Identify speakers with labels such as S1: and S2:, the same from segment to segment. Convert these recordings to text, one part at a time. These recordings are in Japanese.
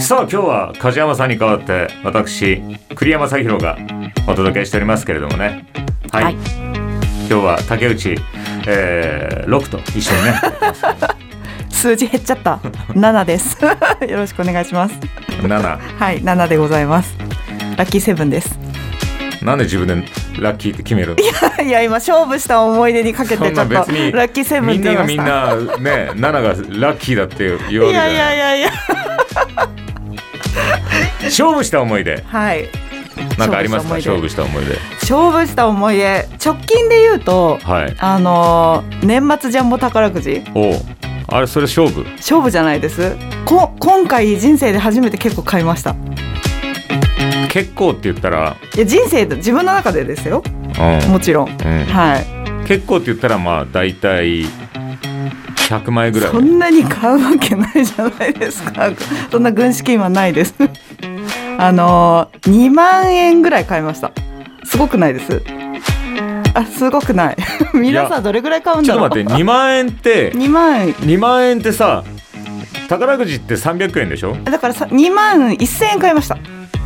S1: さあ今日は梶山さんに代わって私栗山咲宏がお届けしておりますけれどもねはい、
S2: はい
S1: 今日は竹内、えー、6と一緒にね
S2: 数字減っちゃ った。7です。 よろしくお願いします。
S1: 7
S2: はい、7でございます。ラッキーセブンです。
S1: なんで自分でラッキーって決めるの
S2: いや、今勝負した思い出にかけて、ち
S1: そ
S2: ょっ
S1: ん
S2: と
S1: な
S2: ラ
S1: 別に
S2: ッキーセブンっ
S1: み
S2: て
S1: ん
S2: 言
S1: ないが
S2: ま
S1: みん
S2: した。
S1: なね7がラッキーだって言うわ
S2: い
S1: けじゃな
S2: や
S1: い
S2: いやいやいや。
S1: 勝負した思い出
S2: はい。
S1: なんかありますか勝負
S2: し
S1: した思い出
S2: た思い出。勝負した思い出。直近で言うと、
S1: はい
S2: あのー年末ジャンボ宝くじ。
S1: おうあれそれ勝負
S2: 勝負じゃないです。こ今回人生で初めて結構買いました。
S1: 結構って言ったら
S2: いや人生で自分の中でですよ。
S1: う
S2: もちろん。
S1: ん、うん、
S2: はい。
S1: 結構って言ったらまあ大体100枚ぐらい
S2: そんなに買うわけないじゃないですか。そんな軍資金はないです。 あのー、2万円ぐらい買いました。すごくないです。あ、すごくない。 皆さんどれぐらい買うん
S1: ちょ
S2: だ
S1: っと
S2: ろう。
S1: 待って2万円って
S2: 2万円。
S1: 2万円ってさ宝くじって300円でしょ
S2: だからさ2万1000円買いました。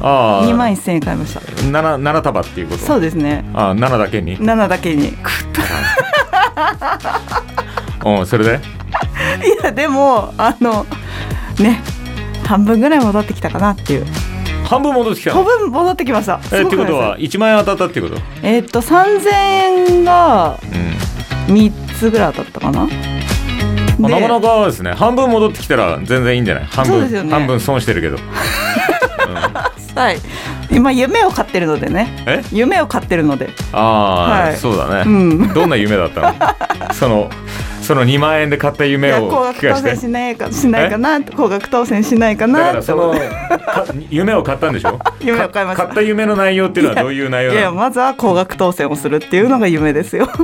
S1: ああ
S2: 2万1000円買いました。
S1: 7, 7束っていうこと
S2: そうですね。
S1: ああ7だけに
S2: 7だけに。い
S1: うんそれで
S2: や、でも、あの、ね、半分ぐらい戻ってきたかなっていう。
S1: 半分戻ってきた
S2: 半
S1: の
S2: 分戻ってきました。
S1: え
S2: す
S1: っ
S2: ご
S1: て
S2: く
S1: こ
S2: ないで
S1: と
S2: す
S1: は1万円当たったってことう
S2: えっと、3000円が、
S1: ん
S2: 三つぐらいだったかな。
S1: まあな
S2: で
S1: かなかですね半分戻ってきたら全然いいんじゃない半
S2: そう
S1: 分、
S2: ですよね
S1: 半分損してるけど
S2: はい。今夢を買ってるのでね。
S1: え
S2: 夢を買ってるので。
S1: ああ、
S2: はい
S1: そうだね、
S2: う ん。
S1: どんな夢だったのそのその2万円で買った夢
S2: いや
S1: を
S2: 高額
S1: 聞か
S2: 当
S1: せて
S2: 選しないかしないかな。高額当選しないか
S1: だか
S2: な
S1: ら
S2: って
S1: そ
S2: 思
S1: の
S2: って。
S1: か夢を買ったんでしょ
S2: 夢を買いました
S1: 買った夢の内容っていうのはどういう内
S2: い
S1: 容
S2: やい
S1: な
S2: や
S1: の
S2: まずは高額当選をするっていうのが夢ですよ。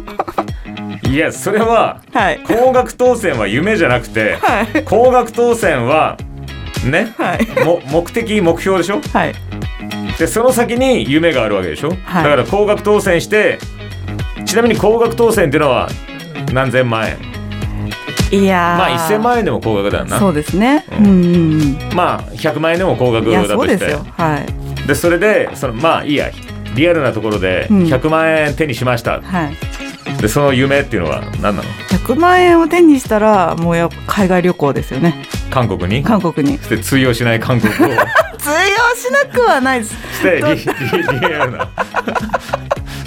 S1: いやそれは
S2: はい
S1: 高額当選は夢じゃなくて
S2: はい
S1: 高額当選はね
S2: はい
S1: も目的目標でしょ
S2: はい
S1: でその先に夢があるわけでしょ、
S2: はい
S1: だから高額当選してちなみに高額当選っていうのは何千万円
S2: いやー
S1: まあ1000万円でも高額だよな
S2: そうですね。
S1: う
S2: うんんうん
S1: まあ100万円でも高
S2: う
S1: 額
S2: ん。い
S1: だ
S2: や
S1: として
S2: そうですよ。はい
S1: でそれでそのまあいいやリアルなところで
S2: うん
S1: 100万円手にしました、
S2: はい。
S1: でその夢っていうのは何なの
S2: 100万円を手にしたらもうやっぱ海外旅行ですよね。
S1: 韓国に
S2: 韓国に。
S1: そして通用しない韓国を
S2: 通用しなくはないです。
S1: して
S2: ど
S1: リリリアル な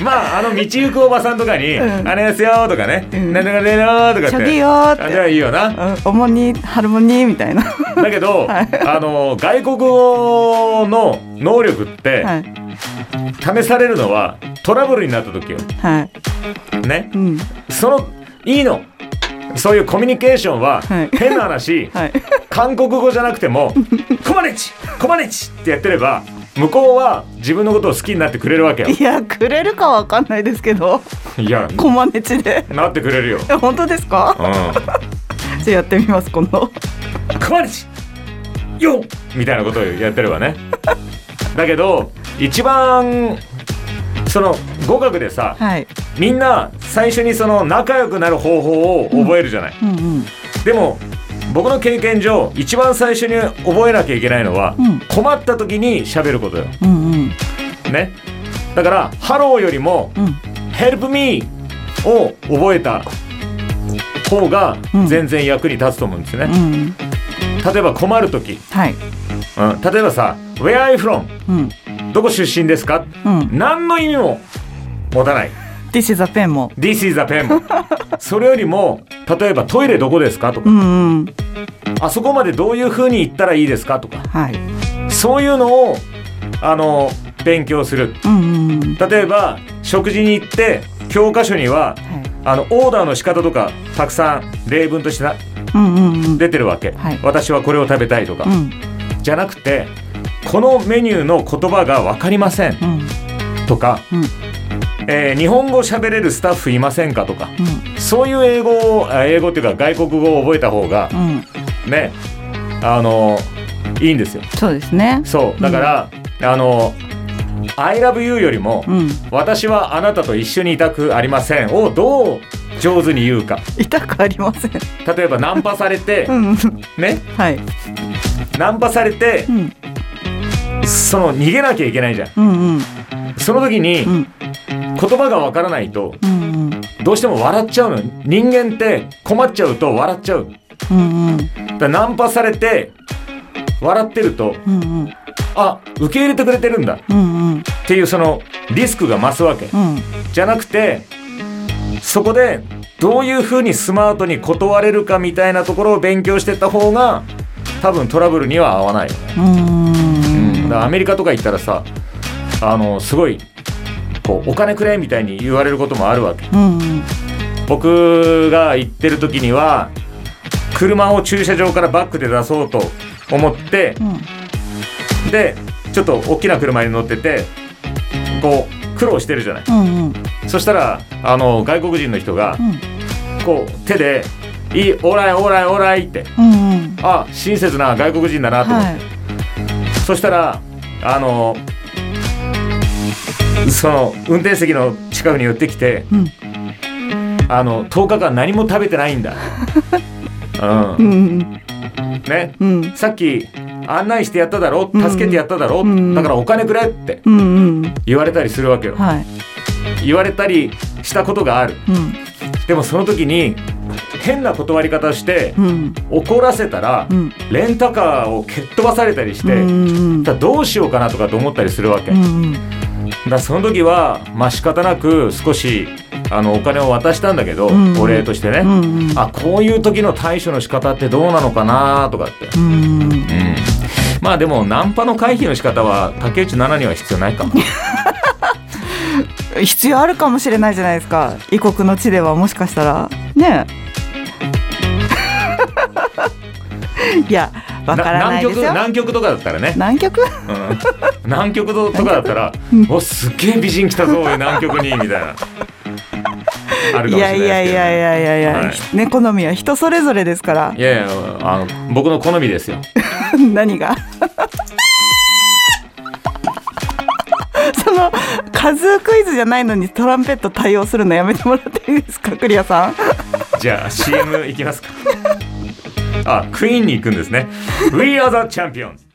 S1: まああの道行くおばさんとかに「
S2: うん
S1: あれですよ」とかね「
S2: うん
S1: なんとかでよ」とかって「
S2: ちょぎよーって
S1: あじゃあいいよな」
S2: うん、主にハルモニーみたいな。は
S1: だけど、
S2: はい
S1: あの外国語の能力って
S2: い。
S1: 試されるのはトラブルになった時よ。
S2: はい。
S1: ね
S2: う、ん。
S1: そのいいのそういうコミュニケーションは、
S2: はい
S1: 変な 話、
S2: はい。
S1: 韓国語じゃなくて も「コマネチコマネチ!」ってやってれば向こうは自分のことを好きになってくれるわけよ。
S2: いや、くれるかわかんないですけど、
S1: いや
S2: コマネチで。
S1: なってくれるよ。
S2: え本当ですか。
S1: う
S2: じゃ、やってみます、今度。
S1: ん、コマネチよみたいなことをやってればね。だけど一番その語学でさ、
S2: はい。
S1: みんな最初にその仲良くなる方法を覚えるじゃない、
S2: うん、うん。
S1: でも僕の経験上一番最初に覚えなきゃいけないのは、
S2: うん
S1: 困った時に喋ることよ
S2: うん、うん。
S1: ねだから「ハロー」よりも
S2: うん。
S1: 「Help me」を覚えた方が
S2: うん
S1: 全然役に立つと思うんですよ
S2: う
S1: ね、
S2: ん。
S1: 例えば困る時、
S2: はい。
S1: うん、例えばさ「Where are you from?
S2: うん。
S1: どこ出身ですか?
S2: うん。」
S1: 何の意味も持たない
S2: this is a pen も。
S1: 「This is a pen」も それよりも例えば「トイレどこですか?」とか
S2: うん、うん。
S1: あそこまでどういうふうに行ったらいいですかとか
S2: はい。
S1: そういうのをあの勉強する
S2: うん、うんうん。
S1: 例えば食事に行って教科書には
S2: はい。
S1: あのオーダーの仕方とかたくさん例文としてな
S2: うん、うん、うん。
S1: 出てるわけ、
S2: はい
S1: 私はこれを食べたいとか、
S2: うん、
S1: じゃなくてこのメニューの言葉が分かりません
S2: うん、
S1: とか、
S2: うん
S1: えー日本語喋れるスタッフいませんかとか
S2: うん、
S1: そういう英語をあ英語っていうか外国語を覚えた方が
S2: うん。
S1: ねあのいいんですよ。
S2: そうですね。
S1: そうだから、あの「I love you」よりも「
S2: うん。
S1: 私はあなたと一緒にいたくありません」をどう上手に言うか
S2: 痛くありません。
S1: 例えばナンパされて
S2: うん。
S1: ね
S2: はい。
S1: ナンパされて
S2: うん
S1: その逃げなきゃいけないじゃん
S2: うんうん
S1: その時に
S2: うん
S1: 言葉がわからないと
S2: うんうん
S1: どうしても笑っちゃうのよ人間って困っちゃうと笑っちゃう
S2: うんうん
S1: だからナンパされて笑ってると
S2: うんうん
S1: あ受け入れてくれてるんだっ
S2: うんうん
S1: ていうそのリスクが増すわけ
S2: うん
S1: じゃなくてそこでどういうふうにスマートに断れるかみたいなところを勉強してった方が多分トラブルには合わないよね、
S2: うん
S1: だからアメリカとか行ったらさあのすごいこうお金くれみたいに言われることもあるわけ
S2: うんうん
S1: 僕が行ってる時には車を駐車場からバックで出そうと思って
S2: うん
S1: でちょっと大きな車に乗っててこう苦労してるじゃない
S2: うんうん
S1: そしたらあの外国人の人が
S2: うん
S1: こう手で「いいオーライオーライオーライ」って
S2: うんうん
S1: あ親切な外国人だなと思って、
S2: はい
S1: そしたらあのその運転席の近くに寄ってきて
S2: うん
S1: 「あの10日間何も食べてない んだ」う、
S2: うんん
S1: ね
S2: うん
S1: さっき案内してやっただろ
S2: うん
S1: 助けてやっただろ、
S2: うん
S1: だからお金くれって
S2: うんうん
S1: 言われたりするわけよ、
S2: はい
S1: 言われたりしたことがある
S2: うん
S1: でもその時に変な断り方して
S2: うん
S1: 怒らせたら、
S2: うん
S1: レンタカーを蹴っ飛ばされたりして、
S2: うんうん
S1: だからどうしようかなとかと思ったりするわけ、
S2: う
S1: だか
S2: ん
S1: らその時はまあ仕方なく少しあのお金を渡したんだけど、
S2: うん
S1: お礼としてね、
S2: うんうん
S1: あこういう時の対処の仕方ってどうなのかなとかって
S2: うんうん
S1: うんまあでもナンパの回避の仕方は竹内奈々には必要ないかも
S2: 必要あるかもしれないじゃないですか異国の地ではもしかしたらねえいやわからないですよ
S1: 南極南極とかだったらね、
S2: 南極
S1: うん、 南極とかだったら「おすっげえ美人来たぞおい南極に」みたいなあるかもしれないですけ
S2: いや
S1: ど
S2: いやいやいやいやいや、
S1: はい
S2: ね好みは人それぞれですから
S1: いやいやあの僕の好みですよ
S2: 何が その数クイズじゃないのにトランペット対応するのやめてもらっていいですかクリアさん
S1: じゃあ CM いきますかあクイーンに行くんですね We are the champions